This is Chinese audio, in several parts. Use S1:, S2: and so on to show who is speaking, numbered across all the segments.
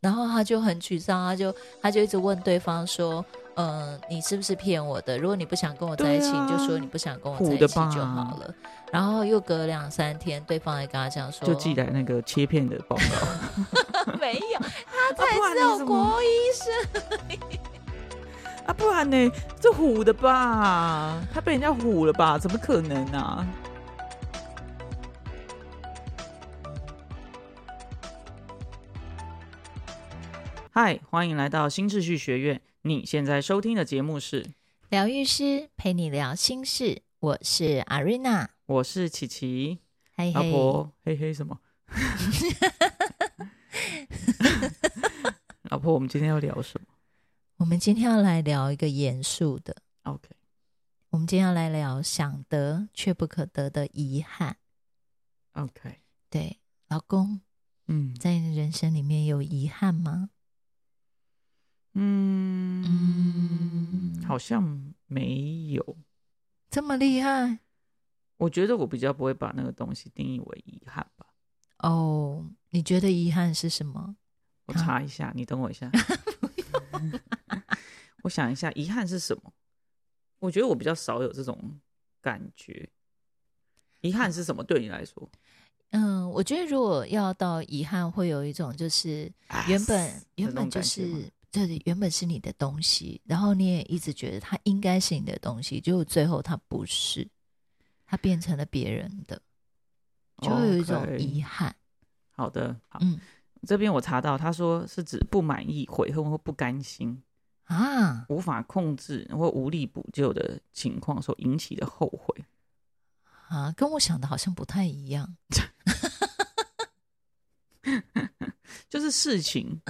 S1: 然后他就很沮丧，他就他就一直问对方说：“嗯、你是不是骗我的？如果你不想跟我在一起，
S2: 对啊
S1: 你就说你不想跟我在
S2: 苦
S1: 一
S2: 的
S1: 起
S2: 吧
S1: 就好了。”然后又隔两三天，对方还跟他讲说：“
S2: 就寄来那个切片的报 告。啊
S1: 没有，
S2: 他
S1: 他也只有国医生。
S2: 啊，不然呢？这唬的吧？他被人家唬了吧？怎么可能啊？嗨，欢迎来到新秩序学院。你现在收听的节目是，
S1: 疗愈师陪你聊心事，我是阿瑞娜，
S2: 我是琪琪
S1: 嘿
S2: 阿
S1: 嘿，
S2: 婆，嘿嘿什么？ 老婆，我们今天要聊什么
S1: 我们今天要来聊一个严肃的，
S2: ？OK，
S1: 我们今天要来聊想得却不可得的遗憾。
S2: OK，
S1: 对，老公，
S2: 嗯
S1: 在你的人生里面有遗憾吗？
S2: 嗯，好像没有。
S1: 这么厉害
S2: 我觉得我比较不会把那个东西定义为遗憾吧。
S1: 哦？你觉得遗憾是什么？
S2: 我
S1: 好
S2: 查一下，你等我一 下。我想一下，遗憾是什么？我觉得我比较少有这种感觉。遗憾是什么？对你来说，
S1: 嗯，我觉得如果要到遗憾，会有一种就是原本、原本就
S2: 那种感觉
S1: 是
S2: 吗
S1: 对，原本是你的东西，然后你也一直觉得它应该是你的东西，结果最后它不是，它变成了别人的，就会有一种
S2: 哦 OK
S1: 遗憾。
S2: 好的，好，
S1: 嗯
S2: 这边我查到，他说是指不满意、悔恨或不甘心、
S1: 啊
S2: 无法控制或无力补救的情况所引起的后悔。
S1: 啊，跟我想的好像不太一样。
S2: 就是事情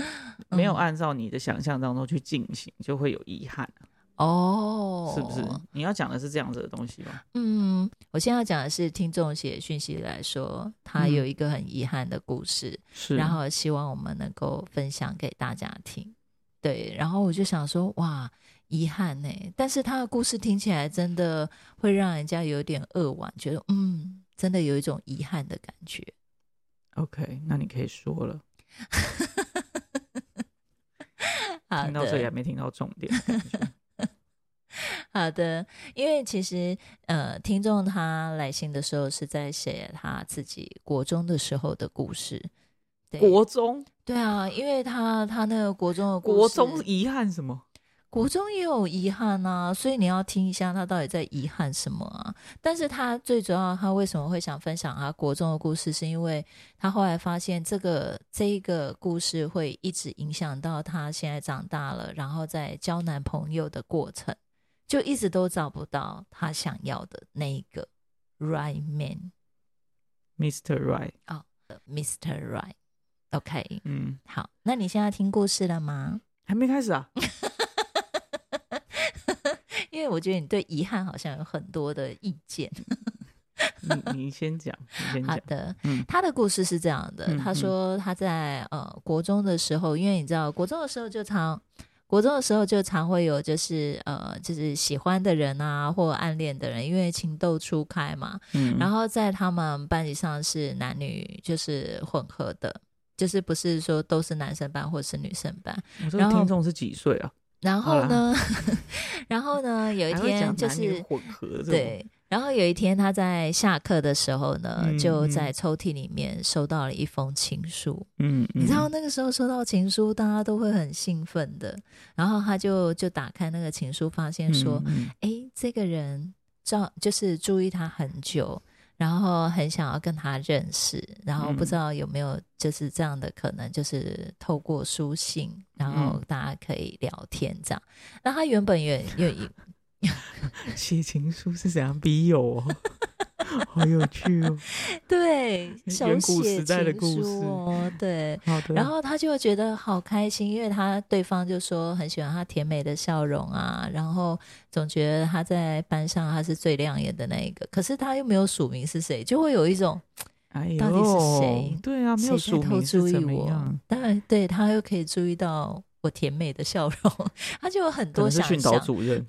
S2: 没有
S1: 嗯
S2: 按照你的想象当中去进行，就会有遗憾啊、
S1: 哦，
S2: 是不是？你要讲的是这样子的东西吗？
S1: 嗯，我现在要讲的是听众写讯息来说，他
S2: 嗯
S1: 有一个很遗憾的故事，
S2: 是
S1: 然后希望我们能够分享给大家听。对，然后我就想说，哇，遗憾呢、欸但是他的故事听起来真的会让人家有点扼腕，觉得嗯，真的有一种遗憾的感觉。
S2: OK，那你可以说了。
S1: 好
S2: 听到这里还
S1: 的，
S2: 没听到重点，感觉
S1: 好的，因为其实呃，听众他来信的时候是在写他自己国中的时候的故事。对
S2: 国中
S1: 对啊，因为他他那个国中的故
S2: 国
S1: 事
S2: 中遗憾什么？
S1: 国中也有遗憾啊，所以你要听一下他到底在遗憾什么啊。但是他最主要，他为什么会想分享他国中的故事，是因为他后来发现这个这一个故事会一直影响到他现在长大了，然后在交男朋友的过程，就一直都找不到他想要的那一个 right man，Mr.
S2: Mr. Right，
S1: Right。OK，
S2: 嗯，
S1: 好，那你现在听故事了吗？
S2: 还没开始啊。
S1: 因为我觉得你对遗憾好像有很多的意见。
S2: 你你先讲，你先
S1: 好
S2: 讲。
S1: 的，
S2: 嗯
S1: 他的故事是这样的，
S2: 嗯
S1: 他
S2: 嗯
S1: 说他在呃国中的时候，因为你知道国中的时候就常。国中的时候就常会有，就是呃，就是喜欢的人啊，或暗恋的人，因为情窦初开嘛。
S2: 嗯，
S1: 然
S2: 后
S1: 后在他们班级上是男女就是混合的，就是不是说都是男生班或是女生班。
S2: 我说
S1: 然后
S2: 听众是几岁啊？
S1: 然后呢， 然后呢，有一
S2: 还会
S1: 天
S2: 讲
S1: 就
S2: 男女
S1: 是
S2: 混合的这种，
S1: 对，然后有一天他在下课的时候呢，
S2: 嗯
S1: 就
S2: 嗯
S1: 在抽屉里面收到了一封情书。
S2: 嗯，嗯
S1: 你知道那个时候收到情书，大家都会很兴奋的。然后他就就打开那个情书，发现说，，
S2: 嗯嗯
S1: 哎、这个人照就是注意他很久。然后很想要跟他认识，
S2: 嗯
S1: 然后不知道有没有就是这样的可能，就是透过书信，然后
S2: 嗯
S1: 大家可以聊天这样。那他原本也 也
S2: 嗯写情书是怎样笔友哦？ 好有趣哦。
S1: 对， 手
S2: 远古
S1: 写
S2: 时代的
S1: 情
S2: 故事
S1: 书哦，对。
S2: 好的。
S1: 然后他就觉得好开心，因为他对方就说很喜欢他甜美的笑容啊，然后总觉得他在班上他是最亮眼的那一个，可是他又没有署名是谁，就会有一种
S2: 哎呦，
S1: 到底是谁
S2: 对啊，没
S1: 谁
S2: 有
S1: 在
S2: 署
S1: 偷
S2: 名
S1: 注
S2: 是
S1: 意
S2: 怎么
S1: 我
S2: 样？？
S1: 当然，对他又可以注意到我甜美的笑容，他就有很
S2: 可
S1: 多
S2: 能是
S1: 想
S2: 训
S1: 象
S2: 导。主任。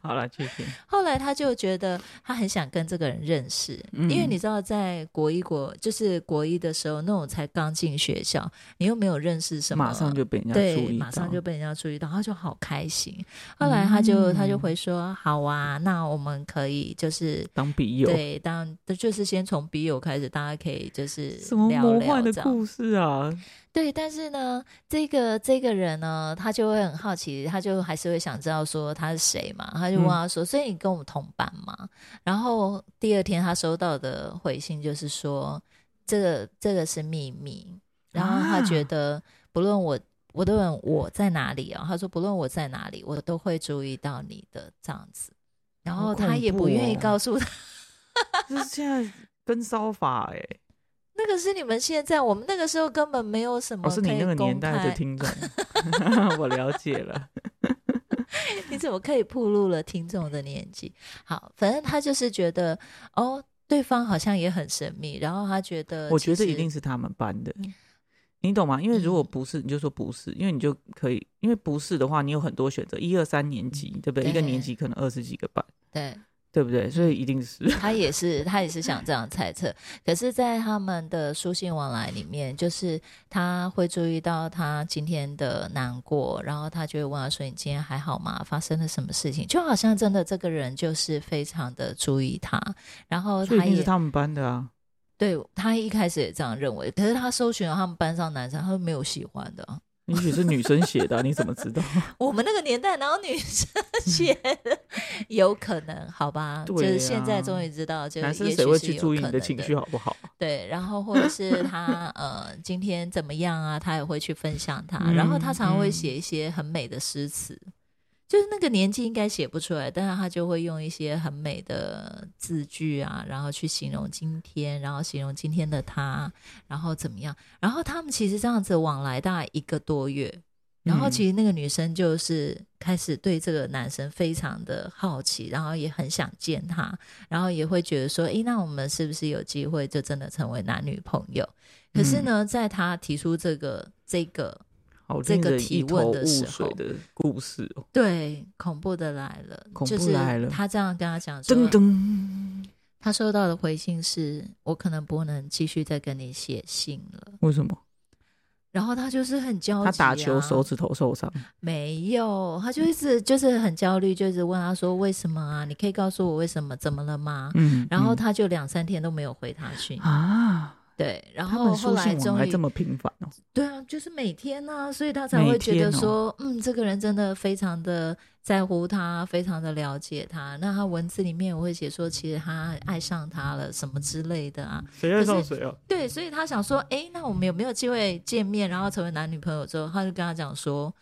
S2: 好了，继续。
S1: 后来他就觉得他很想跟这个人认识，
S2: 嗯
S1: 因为你知道，在国一国就是国一的时候，那种才刚进学校，你又没有认识什么，
S2: 马上就被人家注
S1: 对，
S2: 意
S1: 马上
S2: 到
S1: 就被人家注意到，他就好开心。后来他就、他
S2: 嗯
S1: 就回说：“好啊，那我们可以就是。”
S2: 当笔友，
S1: 对，当就是先从笔友开始，大家可以就是
S2: 什么
S1: 聊
S2: 魔
S1: 聊
S2: 幻的
S1: 这样
S2: 故事啊？
S1: 对，但是呢，这个这个人呢，他就会很好奇，他就还是会想知道说他是谁嘛，他
S2: 嗯
S1: 就问他说：“所以你跟我们同班吗？”然后第二天他收到的回信就是说：“这个这个是秘密。”然后他觉
S2: 啊
S1: 得不论我。我都问我在哪里哦，他说不论我在哪里，我都会注意到你的这样子，然
S2: 好
S1: 后他
S2: 恐
S1: 也不
S2: 怖
S1: 愿意
S2: 哦
S1: 告诉他，
S2: 这是现在跟骚法哎、
S1: 那个是你们现在，我们那个时候根本没有什么
S2: 哦，是
S1: 可
S2: 你
S1: 以
S2: 那个年
S1: 公
S2: 代
S1: 开
S2: 的 听众， 我了解了。
S1: 你怎么可以暴露了听众的年纪？好，反正他就是觉得哦，对方好像也很神秘，然后他觉得
S2: 我
S1: 其
S2: 觉得一
S1: 实嗯
S2: 定是他们班的，你懂吗？因为如果不是，你就说不是，因为你就可以，因为不是的话，你有很多选择，一二三年级，对不对？一个年
S1: 嗯对
S2: 级可能二十几个班，
S1: 对
S2: 对不对？所以一 定是
S1: 他也是他也是想这样猜测，可是，在他们的书信往来里面，就是他会注意到他今天的难过，然后他就会问他说：“你今天还好吗？发生了什么事情？”就好像真的这个人就是非常的注意他，然后
S2: 所以一
S1: 他
S2: 定
S1: 也
S2: 是他们班的啊。
S1: 对他一开始也这样认为，可是他搜寻了他们班上男生，他都没有喜欢的啊、
S2: 也许是女生写的啊、你怎么知道？
S1: 我们那个年代，然后女生 写的，有可能，好吧？
S2: 对
S1: 就是
S2: 啊
S1: 现在终于知 道，就
S2: 男生
S1: 也许
S2: 谁会
S1: 是
S2: 去
S1: 有
S2: 注意
S1: 可
S2: 你的
S1: 能
S2: 情绪好不好？
S1: 对，然后或者是他呃今天怎么样啊，他也会去分享他，
S2: 嗯
S1: 然后他常常会
S2: 嗯
S1: 写一些很美的诗词，就是那个年纪应该写不出来，但是他就会用一些很美的字句啊，然后去形容今天，然后形容今天的他，然后怎么样，然后他们其实这样子往来大概一个多月。然后
S2: 嗯
S1: 其实那个女生就是开始对这个男生非常的好奇，然后也很想见他，然后也会觉得说，诶，那我们是不是有机会就真的成为男女朋友？可
S2: 嗯
S1: 是呢，在他提出这个这个
S2: 好，
S1: 这
S2: 令
S1: 个
S2: 人
S1: 提
S2: 一
S1: 问
S2: 头
S1: 的
S2: 雾
S1: 时
S2: 水
S1: 候
S2: 的故事哦。
S1: 对恐怖的来了，
S2: 恐
S1: 就
S2: 怖
S1: 是
S2: 来了
S1: 他这样跟他讲说，
S2: 噔噔，
S1: 他收到的回信是我可能不能继续再跟你写信了。
S2: 为什么？
S1: 然后他就是很焦急、啊，
S2: 他打球手指头 受伤，
S1: 没有，他就一直就是很焦虑，就一直问他说为什么啊？你可以告诉我为什么？怎么了吗？
S2: 嗯，
S1: 然后
S2: 嗯
S1: 他就两三天都没有回他讯，
S2: 啊，
S1: 对，然
S2: 他
S1: 后
S2: 们
S1: 后
S2: 书
S1: 来
S2: 信往
S1: 终
S2: 来
S1: 于
S2: 这么频繁哦，
S1: 对啊，就是每天呢、所以他才
S2: 每
S1: 会觉得
S2: 天哦
S1: 说，嗯，这个人真的非常的在乎他，非常的了解他。那他文字里面我会写说，其实他爱上他了，什么之类的啊。
S2: 谁
S1: 爱上
S2: 谁啊？
S1: 对，所以他想说，诶，那我们有没有机会见面，然后成为男女朋友之后，他就跟他讲说，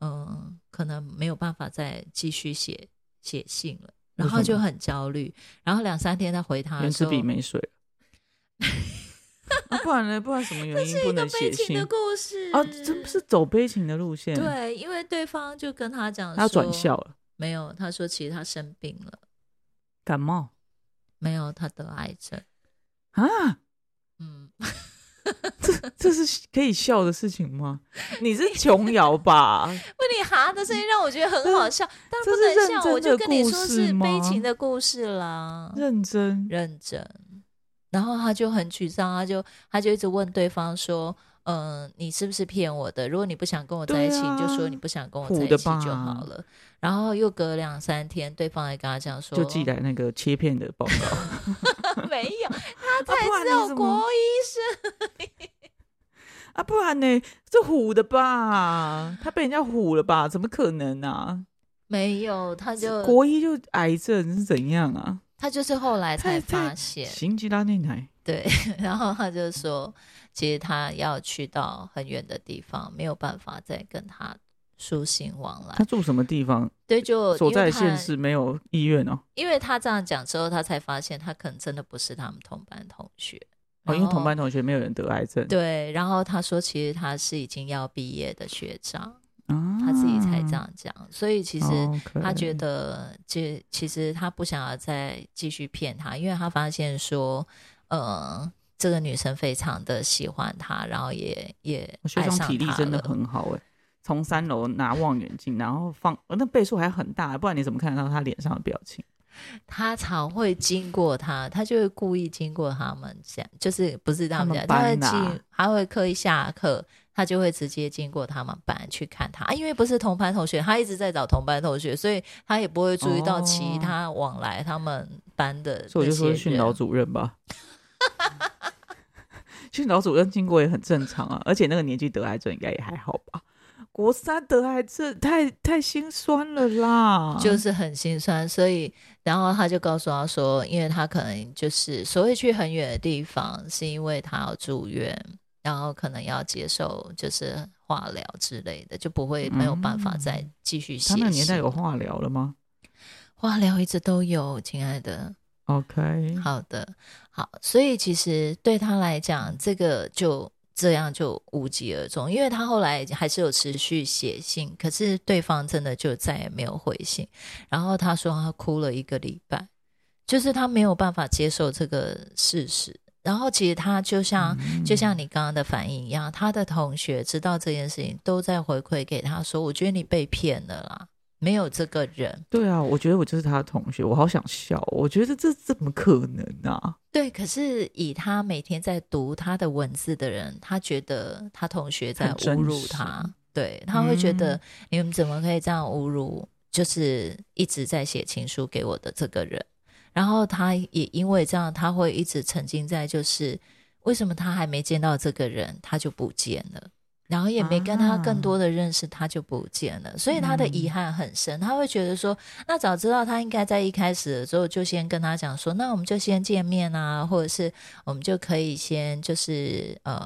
S1: 嗯，可能没有办法再继续写写信了，然
S2: 为
S1: 后
S2: 什
S1: 就
S2: 么
S1: 很焦虑。然后两三天他回他
S2: 圆
S1: 的时
S2: 珠
S1: 候，
S2: 笔没 水了啊，不然呢？不然什么原因不能
S1: 悲
S2: 写
S1: 情
S2: 信
S1: 的故事
S2: 啊？真是走悲情的路线，，啊
S1: 对，因为对方就跟他讲，
S2: 他要转校。了，
S1: 没有，他说其实他生病了，
S2: 感冒
S1: 没有，他得癌症。
S2: 啊，
S1: 嗯，
S2: 这是可以笑的事情吗？你是琼瑶吧？
S1: 问你哈的声音让我觉得很好 笑，但不
S2: 这是
S1: 能
S2: 认
S1: 笑，
S2: 真
S1: 我就
S2: 的
S1: 跟你
S2: 故
S1: 说是
S2: 事
S1: 悲
S2: 吗
S1: 情的故事啦，
S2: 认 真，
S1: 认真。然后他就很沮丧，他就他就一直问对方说：“嗯、你是不是骗我的？如果你不想跟我在一起，
S2: 对
S1: 你就说
S2: 啊
S1: 你不想跟我
S2: 苦
S1: 在一
S2: 的
S1: 起就
S2: 吧
S1: 好了。”然后又隔两三天，对方也跟他讲说：“
S2: 就寄来那个切片的报告，
S1: 没 有，他
S2: 不
S1: 才
S2: 然
S1: 是
S2: 啊你
S1: 有
S2: 怎么
S1: 国医生。”
S2: 啊，不然呢？这唬的吧？他被人家唬了吧？怎么可能啊？
S1: 没有，他就
S2: 国一就癌症是怎样啊？
S1: 他就是后来才
S2: 太太
S1: 发现，
S2: 心肌拉内奶，
S1: 对， 然后他就说，其实他要去到很远的地方，没有办法再跟他书信往来
S2: 他。住什么地方？
S1: 对，就
S2: 所
S1: 因
S2: 在
S1: 为他
S2: 的县市没有医院哦，
S1: 哦因为他这样讲之后，他才发现他可能真的不是他们同班同学。
S2: 哦，
S1: 然
S2: 因为
S1: 后
S2: 同班同学没有人得癌症，
S1: 对，然后他说，其实他是已经要毕业的学长，
S2: 啊，
S1: 他自己才这样讲，所以其实。
S2: 哦 OK，
S1: 他觉得这其实他不想要再继续骗他，因为他发现说，呃，这个女生非常的喜欢他，然后也也
S2: 我学
S1: 爱
S2: 长
S1: 上
S2: 体力
S1: 他
S2: 真的
S1: 了
S2: 很好哎，从三楼拿望远镜，然后放，哦那倍数还很大，不然你怎么看得到他脸上的表情？
S1: 他常会经过他，他就会故意经过他们家，就是不是他们家，
S2: 他
S1: 他会
S2: 们班的啊
S1: 经，他会刻意下课，他就会直接经过他们班去看他、啊，因为不是同班同学，他一直在找同班同学，所以他也不会注意到
S2: 哦
S1: 其他往来他们班的
S2: 所以
S1: 那
S2: 我就
S1: 些
S2: 说是训导
S1: 人。
S2: 主任吧。 训导主任经过也很正常啊，而且那个年纪得癌症应该也还好吧。国三得癌症太太心酸了啦，
S1: 就是很心酸，所以然后他就告诉他说，因为他可能就是所谓去很远的地方，是因为他要住院，然后可能要接受就是化疗之类的，就不会没有办法再继续写
S2: 他
S1: 信。
S2: 那个年代有化疗了吗
S1: 化疗一直都有，亲爱的。
S2: ？OK，
S1: 好的，好，所以其实对他来讲，这个就这样就无疾而终，因为他后来还是有持续写信，可是对方真的就再也没有回信。然后他说他哭了一个礼拜，就是他没有办法接受这个事实。然后其实他就像、啊
S2: 嗯
S1: 就像你刚刚的反应一样，他的同学知道这件事情，都在回馈给他说：“我觉得你被骗了啦，没有这个人。”
S2: 对啊，我觉得我就是他的同学，我好想笑，我觉得这怎么可能啊？
S1: 对，可是以他每天在读他的文字的人，他觉得他同学在
S2: 很
S1: 侮
S2: 真
S1: 辱
S2: 实
S1: 他，对他会觉得、
S2: 嗯
S1: 你们怎么可以这样侮辱，就是一直在写情书给我的这个人。然后他也因为这样，他会一直沉浸在就是为什么他还没见到这个人，他就不见了。然后也没跟他更多的认识，他就不见了，所以他的
S2: 嗯
S1: 遗憾很深。他会觉得说，那早知道他应该在一开始的时候就先跟他讲说，那我们就先见面啊，或者是我们就可以先就是呃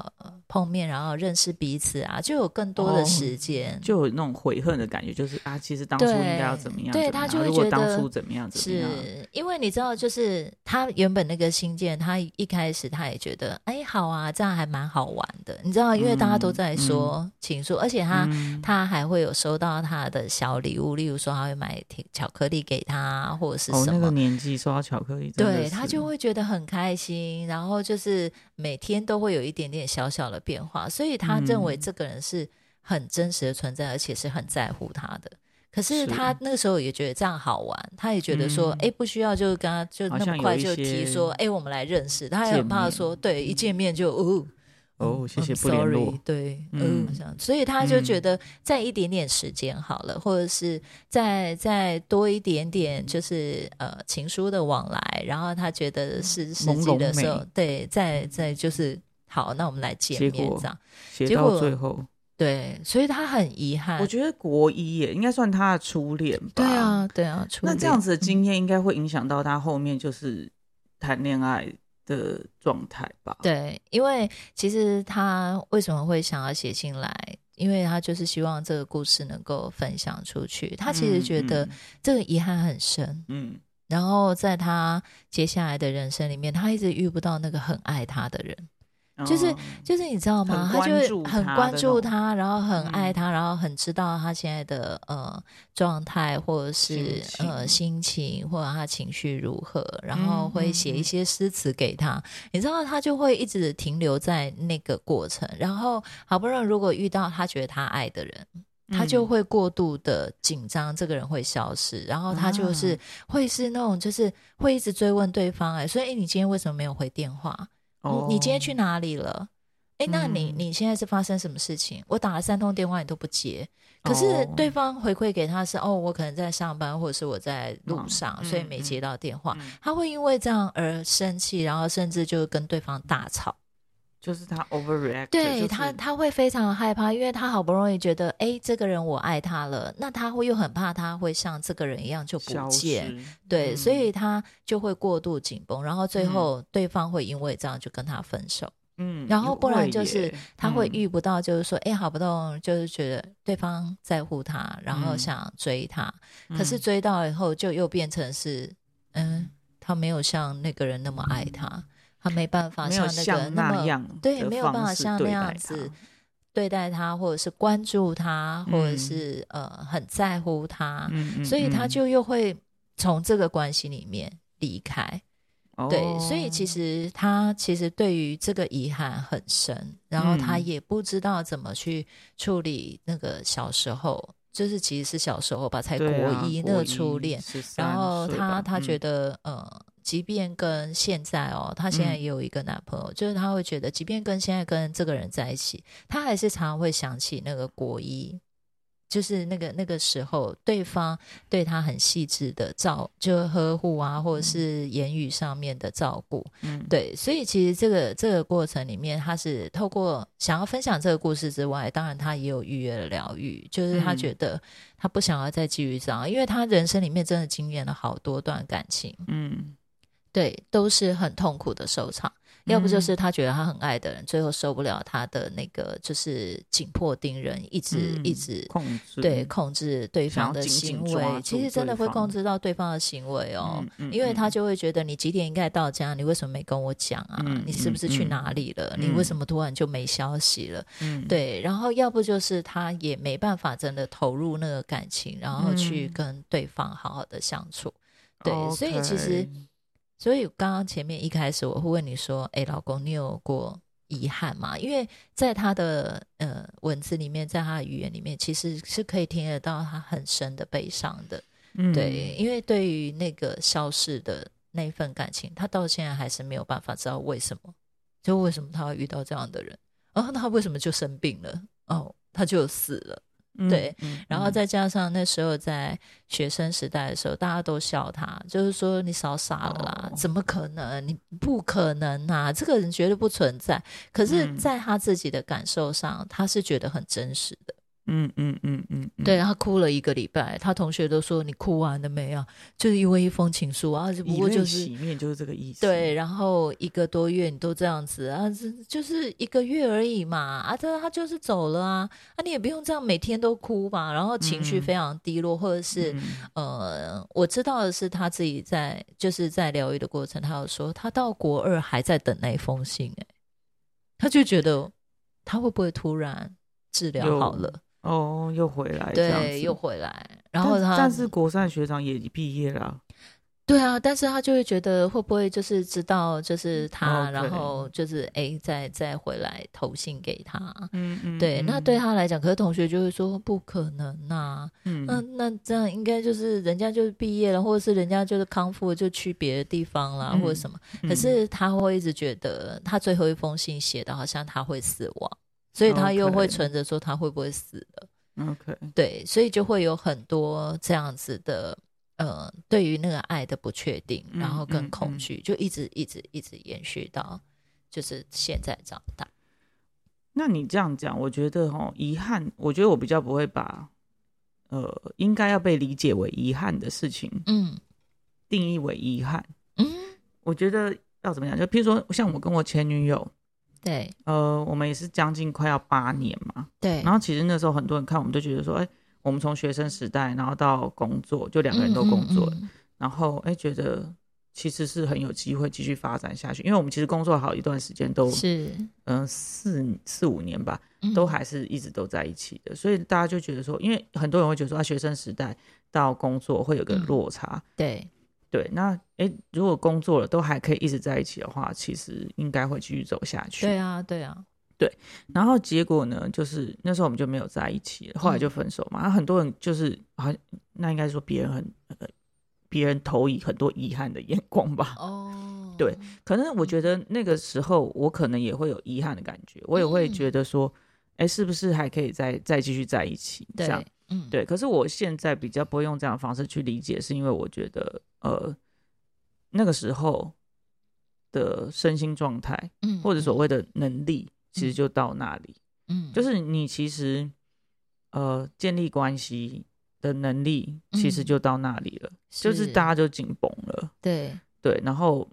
S1: 碰面，然后认识彼此啊，就有更多的
S2: 哦
S1: 时间。
S2: 就有那种悔恨的感觉，就是啊，其实当初应该要怎么样？
S1: 对
S2: 怎么
S1: 对他
S2: 样
S1: 就会
S2: 如果
S1: 觉得
S2: 当初怎么样怎么样？
S1: 是因为你知道，就是他原本那个新建，他一开始他也觉得，哎，好啊，这样还蛮好玩的。你知道，因为大家都
S2: 嗯
S1: 在说情书，而且他、
S2: 嗯
S1: 他还会有收到他的小礼物，例如说他会买甜巧克力给他，或者是
S2: 哦，
S1: 什
S2: 那
S1: 么。
S2: 个年纪收到巧克力，真的
S1: 对他
S2: 是
S1: 就会觉得很开心，然后就是每天都会有一点点小小的变化，所以他认为
S2: 嗯
S1: 这个人是很真实的存在，而且是很在乎他的。可是
S2: 是
S1: 他那个时候也觉得这样好玩，他也觉得说，
S2: 嗯
S1: 哎、不需要就跟他就
S2: 好
S1: 那么
S2: 像
S1: 快
S2: 有一
S1: 就提
S2: 些
S1: 说，哎，我们来认识。他也
S2: 见
S1: 很怕
S2: 面嗯
S1: 说，对，一见面就哦，
S2: 哦，谢谢
S1: I'm
S2: 不联络
S1: sorry，。对，嗯
S2: 嗯，
S1: 这样，所以他就觉得再一点点时间好了，或者是再再多一点点，就是呃情书的往来，然后他觉得是时
S2: 朦
S1: 机
S2: 胧
S1: 的时候
S2: 美，
S1: 对，再再就是好，那我们来见
S2: 结
S1: 面
S2: 果
S1: 这样，
S2: 写
S1: 结
S2: 到
S1: 果
S2: 最后，
S1: 对，所以他很遗憾，
S2: 我觉得国一耶，应该算他的初恋吧。
S1: 对，啊，对啊，初
S2: 那
S1: 恋
S2: 这样子的经验应该会影响到他后面就是谈恋爱的状态吧？，
S1: 对，因为其实他为什么会想要写信来？因为他就是希望这个故事能够分享出去。他其实觉得这个遗憾很深，
S2: 嗯，嗯，
S1: 然后在他接下来的人生里面，他一直遇不到那个很爱他的人，
S2: 嗯
S1: 就是
S2: 哦
S1: 就是你知道吗？
S2: 很
S1: 他就
S2: 关
S1: 会
S2: 注
S1: 很
S2: 他
S1: 关
S2: 的
S1: 注
S2: 那种
S1: 他，然后很爱
S2: 嗯
S1: 他，然后很知道他现在的呃状态或者是
S2: 心情
S1: 呃心情或者他情绪如何，然后
S2: 嗯
S1: 会
S2: 嗯
S1: 写一
S2: 嗯
S1: 些诗词给他。你知道，他就会一直停留在那个过程，然后好不容易如果遇到他觉得他爱的人，他就
S2: 嗯
S1: 会过度的紧张，这个人会消失，然后他就是
S2: 啊
S1: 会是那种就是会一直追问对方、哎，所以、哎你今天为什么没有回电话？
S2: 哦
S1: 你你今天去哪里了？哎，那你
S2: 嗯
S1: 你现在是发生什么事情？我打了三通电话你都不接，可是
S2: 哦
S1: 对方回馈给他是哦，我可能在上班或者是我在路
S2: 忙
S1: 上，所以
S2: 嗯
S1: 没
S2: 嗯
S1: 接到电话。
S2: 嗯
S1: 他会因为这样而生气，然后甚至就跟对方大吵。
S2: 就是他 overreact，
S1: 对
S2: 就是
S1: 他，他会非常害怕，因为他好不容易觉得，哎，这个人我爱他了，那他会又很怕他会像这个人一样就不
S2: 消
S1: 见。
S2: 失，
S1: 对，
S2: 嗯
S1: 所以他就会过度紧绷，然后最后对方会因为这样就跟他分手。
S2: 嗯，
S1: 然后不然
S2: 会
S1: 就是
S2: 耶
S1: 他会
S2: 嗯
S1: 遇不到，就是说，哎、好不动，就是觉得对方在乎他，然后
S2: 嗯
S1: 想追他，可是
S2: 嗯
S1: 追到以后就又变成是，嗯，他没有像那个人那么爱他，他没办法
S2: 嗯没
S1: 像
S2: 有
S1: 那个人
S2: 像
S1: 那么
S2: 那样
S1: 对
S2: 的
S1: 没有办
S2: 方
S1: 法
S2: 式
S1: 像
S2: 对
S1: 那样
S2: 待
S1: 子
S2: 他
S1: 对待他，或者是关注他，或者
S2: 嗯
S1: 是、呃很在乎他，
S2: 嗯嗯
S1: 所以他
S2: 嗯
S1: 就又会从这个关系里面离开。
S2: 哦
S1: 对，所以其实他其实对于这个遗憾很深，然后他
S2: 嗯
S1: 也不知道怎么去处理那个小时候，就是其实是小时候吧，才国
S2: 对啊
S1: 一那
S2: 国
S1: 个初
S2: 一
S1: 恋，，
S2: 13
S1: 然后
S2: 岁
S1: 他
S2: 吧
S1: 他觉
S2: 嗯
S1: 得、呃，即便跟现在哦，他现在
S2: 嗯
S1: 也有一个男朋友，就是他会觉得，即便跟现在跟这个人在一起，他还是常常会想起那个国一。就是那个那个时候，对方对他很细致的照，就呵护啊，或者是言语上面的照顾，
S2: 嗯
S1: 对，所以其实这个这个过程里面，他是透过想要分享这个故事之外，当然他也有预约了疗愈，就是他
S2: 嗯
S1: 觉得他不想要再继续这样，因为他人生里面真的经验了好多段感情，
S2: 嗯，
S1: 对，都是很痛苦的收场。要不
S2: 嗯
S1: 就是他觉得他很爱的人，最后受不了他的那个就是紧迫盯人，一直、一
S2: 嗯
S1: 直
S2: 控制
S1: 对控制对
S2: 想
S1: 方
S2: 要
S1: 的
S2: 紧紧
S1: 行
S2: 抓
S1: 为，其
S2: 住
S1: 实真的
S2: 对
S1: 会控
S2: 方
S1: 制到对方的行为哦。
S2: 嗯嗯
S1: 因为他
S2: 嗯
S1: 就会觉得你几点应该到家，你为什么没跟我讲啊？
S2: 嗯
S1: 你是不是去
S2: 嗯嗯
S1: 哪里了？
S2: 嗯
S1: 你为什么突然就没消息了？
S2: 嗯
S1: 对，然后要不就是他也没办法真的投入那个感情，然后去
S2: 嗯
S1: 跟对方好好的相处。对所以其
S2: OK
S1: 实所以刚刚前面一开始我会问你说，哎，老公，你有过遗憾吗？因为在他的呃文字里面，在他的语言里面，其实是可以听得到他很深的悲伤的。
S2: 嗯
S1: 对，因为对于那个消逝的那一份感情，他到现在还是没有办法知道为什么，就为什么他会遇到这样的人，然后他为什么就生病了，哦，他就死了，
S2: 嗯
S1: 对，
S2: 嗯嗯
S1: 然后
S2: 嗯
S1: 再加上那时候在学生时代的时候，大家都笑他，就是说你少傻了啦，
S2: 哦
S1: 怎么可能？你不可能啊，这个人绝对不存在。可是，
S2: 嗯
S1: 在他自己的感受上，他是觉得很真实的。
S2: 嗯嗯嗯嗯，嗯
S1: 对，他哭了一个礼拜，他同学都说你哭完了没有？就是因为一封情书啊，只不
S2: 以
S1: 过
S2: 泪
S1: 就是
S2: 洗面就是这个意思，
S1: 对，，然后一个多月你都这样子啊，这就是一个月而已嘛啊，这他就是走了啊，啊你也不用这样每天都哭吧，然后情绪
S2: 嗯
S1: 非常低落，或者是、
S2: 嗯
S1: 呃，我知道的是他自己在就是在疗愈的过程，他有说他到国二还在等那封信、欸，他就觉得他会不会突然治疗
S2: 又
S1: 好了？
S2: 哦，又回来这样子，
S1: 对，又回来，然
S2: 但
S1: 后他
S2: 但是国三的学长也毕业了，
S1: 对啊，但是他就会觉得会不会就是知道就是他，
S2: OK
S1: 然后就是哎再再回来投信给他。
S2: 嗯嗯
S1: 对，那对
S2: 嗯
S1: 他来讲，可是同学就会说不可能呐、那
S2: 嗯
S1: 那这样应该就是人家就是毕业了，或者是人家就是康复了就去别的地方啦，或者
S2: 嗯
S1: 什么。
S2: 嗯
S1: 可是他会一直觉得他最后一封信写的好像他会死亡，所以他又会
S2: 哦 OK
S1: 存着说他会不会死了。
S2: OK，
S1: 对，所以就会有很多这样子的，呃，对于那个爱的不确定，
S2: 嗯
S1: 然后跟
S2: 嗯
S1: 恐
S2: 嗯
S1: 惧，就一直一直一直延续到就是现在长大。
S2: 那你这样讲，我觉得哦，遗憾，我觉得我比较不会把呃应该要被理解为遗憾的事情
S1: 嗯
S2: 定义为遗憾，
S1: 嗯，
S2: 我觉得要怎么讲，就譬如说像我跟我前女友，
S1: 对
S2: 呃，我们也是将近快要八年嘛，
S1: 对，
S2: 然后其实那时候很多人看我们就觉得说，哎、我们从学生时代，然后到工作，就两个人都工作了，
S1: 嗯嗯嗯
S2: 然后哎、觉得其实是很有机会继续发展下去，因为我们其实工作好一段时间都，
S1: 是
S2: 嗯、四四五年吧，
S1: 嗯
S2: 都还是一直都在一起的，所以大家就觉得说，因为很多人会觉得说，啊，学生时代到工作会有个
S1: 嗯
S2: 落差，
S1: 对，
S2: 对，那哎、如果工作了都还可以一直在一起的话，其实应该会继续走下去。
S1: 对啊对啊，
S2: 然后结果呢，就是那时候我们就没有在一起了，后来就
S1: 嗯
S2: 分手嘛。然后很多人就是很，那应该说别人很，呃别人投以很多遗憾的眼光吧。
S1: 哦，
S2: 对，可能我觉得那个时候我可能也会有遗憾的感觉，我也会
S1: 嗯
S2: 觉得说，哎、是不是还可以再再继续在一起？这样
S1: 对，嗯，
S2: 对，可是我现在比较不会用这样的方式去理解，是因为我觉得，呃，那个时候的身心状态
S1: 嗯，
S2: 或者所
S1: 嗯
S2: 谓的能力，其实就到那里，
S1: 嗯，
S2: 就是你其实，呃，建立关系的能力其实
S1: 嗯
S2: 就到那里了，就是
S1: 是
S2: 大家就紧绷了，
S1: 对，
S2: 对，然后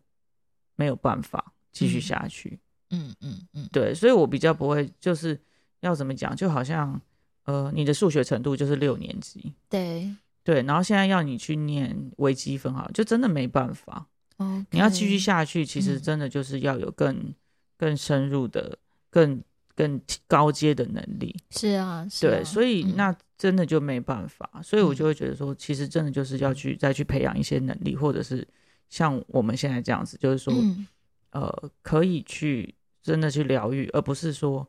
S2: 没有办法继续
S1: 嗯
S2: 下去，
S1: 嗯嗯嗯，
S2: 对，所以我比较不会就是要怎么讲，就好像，呃，你的数学程度就是六年级。
S1: 对，
S2: 对，然后现在要你去念微积分，好了，就真的没办法。
S1: 哦，
S2: 你要继续下去，其实
S1: 嗯
S2: 真的就是要有更、更深入的、更更高阶的能力。
S1: 是啊，
S2: 对，所以、那真的就没办法。所以
S1: 嗯
S2: 我就会觉得说，其实真的就是要去再去培养一些能力，或者是像我们现在这样子，就是说，
S1: 嗯
S2: 呃，可以去真的去疗愈，而不是说，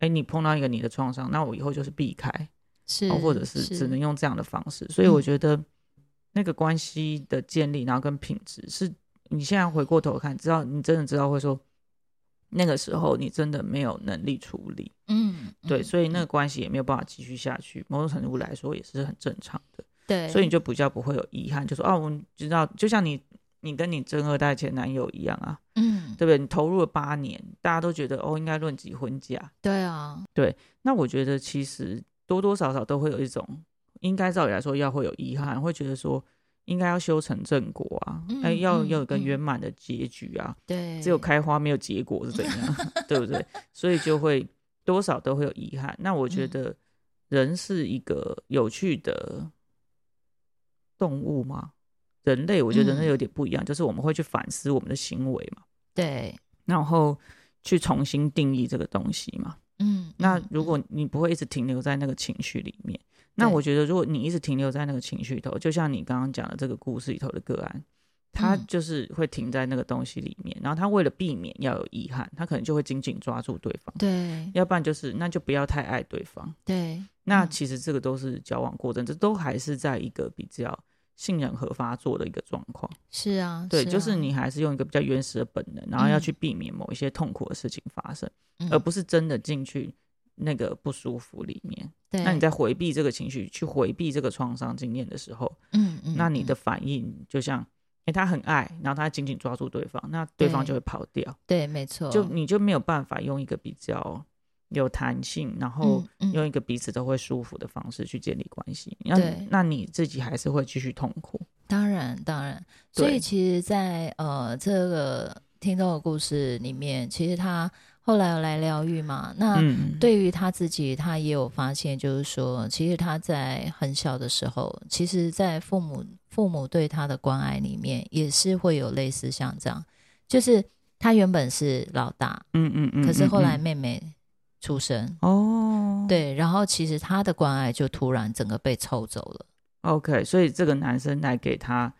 S2: 哎，你碰到一个你的创伤，那我以后就是避开，
S1: 嗯是
S2: 哦，或者是只能用这样的方式。所以我
S1: 嗯
S2: 觉得那个关系的建立，然后跟品质，是你现在回过头看，知道你真的知道会说，那个时候你真的没有能力处理，
S1: 嗯，
S2: 对，
S1: 嗯
S2: 所以那个关系也没有办法继续下去，某种程度来说也是很正常的。
S1: 对，
S2: 所以你就比较不会有遗憾，就说啊，我们知道，就像你你跟你真二代前男友一样啊，
S1: 嗯，
S2: 对不对？你投入了八年，大家都觉得哦，应该论及婚嫁。
S1: 对啊，
S2: 那我觉得其实多多少少都会有一种，应该照理来说要会有遗憾，会觉得说应该要修成正果啊，
S1: 嗯
S2: 哎，要
S1: 嗯
S2: 要有一个
S1: 嗯
S2: 圆满的结局啊，
S1: 对，
S2: 只有开花没有结果是怎样， 对不对？所以就会多少都会有遗憾。那我觉
S1: 嗯
S2: 得人是一个有趣的动物吗？人类，我觉得人类
S1: 嗯
S2: 有点不一样，就是我们会去反思我们的行为嘛，
S1: 对，
S2: 然后去重新定义这个东西嘛。
S1: 嗯，
S2: 那
S1: 嗯
S2: 如果
S1: 嗯
S2: 你不会一直停留在那个情绪里面，那
S1: 对
S2: 我觉得如果你一直停留在那个情绪里头，就像你刚刚讲的这个故事里头的个案，他
S1: 嗯
S2: 就是会停在那个东西里面，然后他为了避免要有遗憾，他可能就会紧紧抓住对方，
S1: 对
S2: 要不然就是那就不要太爱对方。
S1: 对，
S2: 那
S1: 嗯
S2: 其实这个都是交往过程，这都还是在一个比较信任和发作的一个状况。
S1: 是啊，
S2: 对，就是
S1: 啊，
S2: 你还是用一个比较原始的本能，然后要
S1: 嗯
S2: 去避免某一些痛苦的事情发生。
S1: 嗯
S2: 而不是真的进去那个不舒服里面。
S1: 对，
S2: 那你在回避这个情绪，去回避这个创伤经验的时候，
S1: 嗯嗯，
S2: 那你
S1: 嗯
S2: 的反应就像，哎、他很爱，然后他紧紧抓住对方，那对方
S1: 对
S2: 就会跑掉，
S1: 对，没错，
S2: 就你就没有办法用一个比较有弹性，然后
S1: 嗯嗯
S2: 用一个彼此都会舒服的方式去建立关系。那
S1: 对
S2: 那你自己还是会继续痛苦。
S1: 当然，当然，所
S2: 对
S1: 以其实在，呃这个听众的故事里面，其实他后来有来疗愈嘛。那
S2: 嗯，
S1: 对于他自己，他也有发现，就是说，其实他在很小的时候，其实，在父母父母对他的关爱里面，也是会有类似像这样，就是他原本是老大，
S2: 嗯，嗯嗯嗯。
S1: 可是后来
S2: 嗯
S1: 妹妹出生，
S2: 哦，
S1: 对，然后其实他的关爱就突然整个被抽走了。
S2: OK，所以这个男生来给他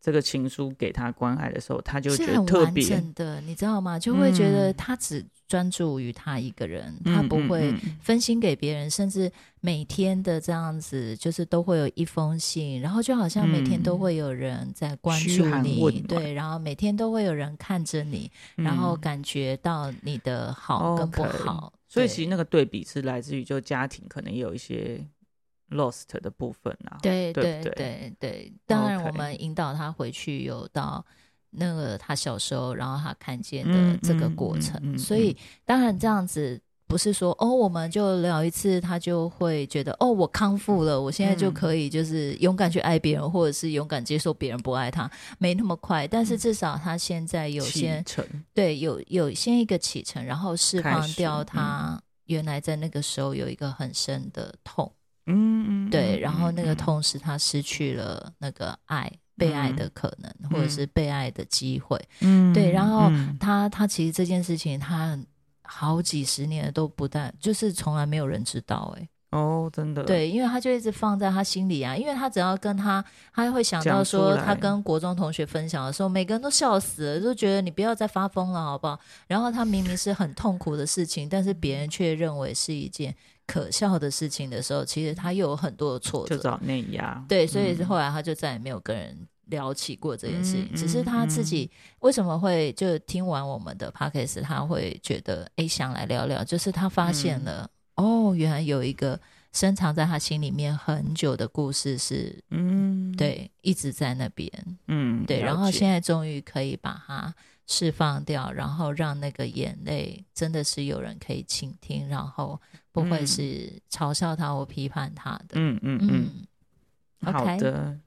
S2: 这个情书给他关爱的时候，他就是觉得
S1: 很
S2: 特
S1: 完
S2: 别，
S1: 整的，你知道吗？就会觉得
S2: 嗯
S1: 他只专注于他一个人，
S2: 嗯
S1: 他不会
S2: 嗯嗯
S1: 分心给别人，甚至每天的这样子，就是都会有一封信，然后就好像每天都
S2: 嗯
S1: 会有人在关
S2: 嘘
S1: 注
S2: 寒问
S1: 你，
S2: 暖
S1: 对，然后每天都会有人看着你，
S2: 嗯
S1: 然后感觉到你的好跟不
S2: OK，
S1: 好，
S2: 所以
S1: 对
S2: 其实那个对比是来自于就家庭可能也有一些 lost 的部分啊。
S1: 对
S2: 对
S1: 对
S2: 不对
S1: 对对，当然我
S2: OK
S1: 们引导他回去有到那个他小时候，然后他看见的
S2: 嗯
S1: 这个
S2: 嗯
S1: 过
S2: 嗯
S1: 程，
S2: 嗯
S1: 所以
S2: 嗯
S1: 当然这样子不是说哦，我们就聊一次，他就会觉得哦，我康复了，我现在就
S2: 嗯
S1: 可以就是勇敢去爱别人，或者是勇敢接受别人不爱他，没那么快，但
S2: 嗯
S1: 是至少他现在有
S2: 启
S1: 先
S2: 程
S1: 对有有先一个启程，然后释
S2: 开
S1: 放
S2: 始
S1: 掉
S2: 嗯
S1: 他原来在那个时候有一个很深的痛。
S2: 嗯嗯，
S1: 对，
S2: 嗯
S1: 然后那个，
S2: 嗯
S1: 痛是他失去了那个爱、被爱的可能，或者是被爱的机会。
S2: 嗯
S1: 对然后
S2: 嗯
S1: 他他其实这件事情，他好几十年都不但就是从来没有人知道、欸，
S2: 哦，真的，
S1: 对，因为他就一直放在他心里啊，因为他只要跟他，他会想到
S2: 讲出
S1: 说，
S2: 来
S1: 他跟国中同学分享的时候，每个人都笑死了，就觉得你不要再发疯了，好不好？然后他明明是很痛苦的事情，但是别人却认为是一件可笑的事情的时候，其实他又有很多的挫
S2: 就
S1: 折，
S2: 找内压。
S1: 对，所以
S2: 嗯
S1: 后来他就再也没有跟人聊起过这件事情。
S2: 嗯
S1: 只是
S2: 嗯
S1: 他自
S2: 嗯
S1: 己为什么会就听完我们的 podcast，他会觉得诶想来聊聊，就是他发现
S2: 嗯
S1: 了、哦，原来有一个深藏在他心里面很久的故事是。
S2: 嗯，
S1: 对，一直在那边。
S2: 嗯，
S1: 对，
S2: 了
S1: 然后
S2: 解
S1: 现在终于可以把它释放掉，然后让那个眼泪真的是有人可以倾听，然后不会
S2: 嗯
S1: 是嘲笑他或批判他的。
S2: 嗯嗯嗯，
S1: 嗯
S2: 好
S1: OK
S2: 的，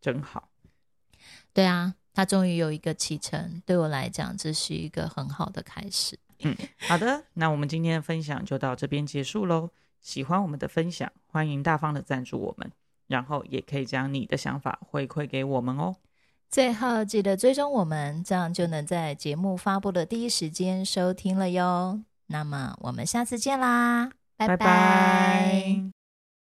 S2: 真好，
S1: 对啊，他终于有一个启程，对我来讲，这是一个很好的开始。
S2: 好的，那我们今天的分享就到这边结束喽。喜欢我们的分享，欢迎大方的赞助我们，然后也可以将你的想法回馈给我们哦。
S1: 最后记得追踪我们，这样就能在节目发布的第一时间收听了哟。那么我们下次见啦，拜
S2: 拜拜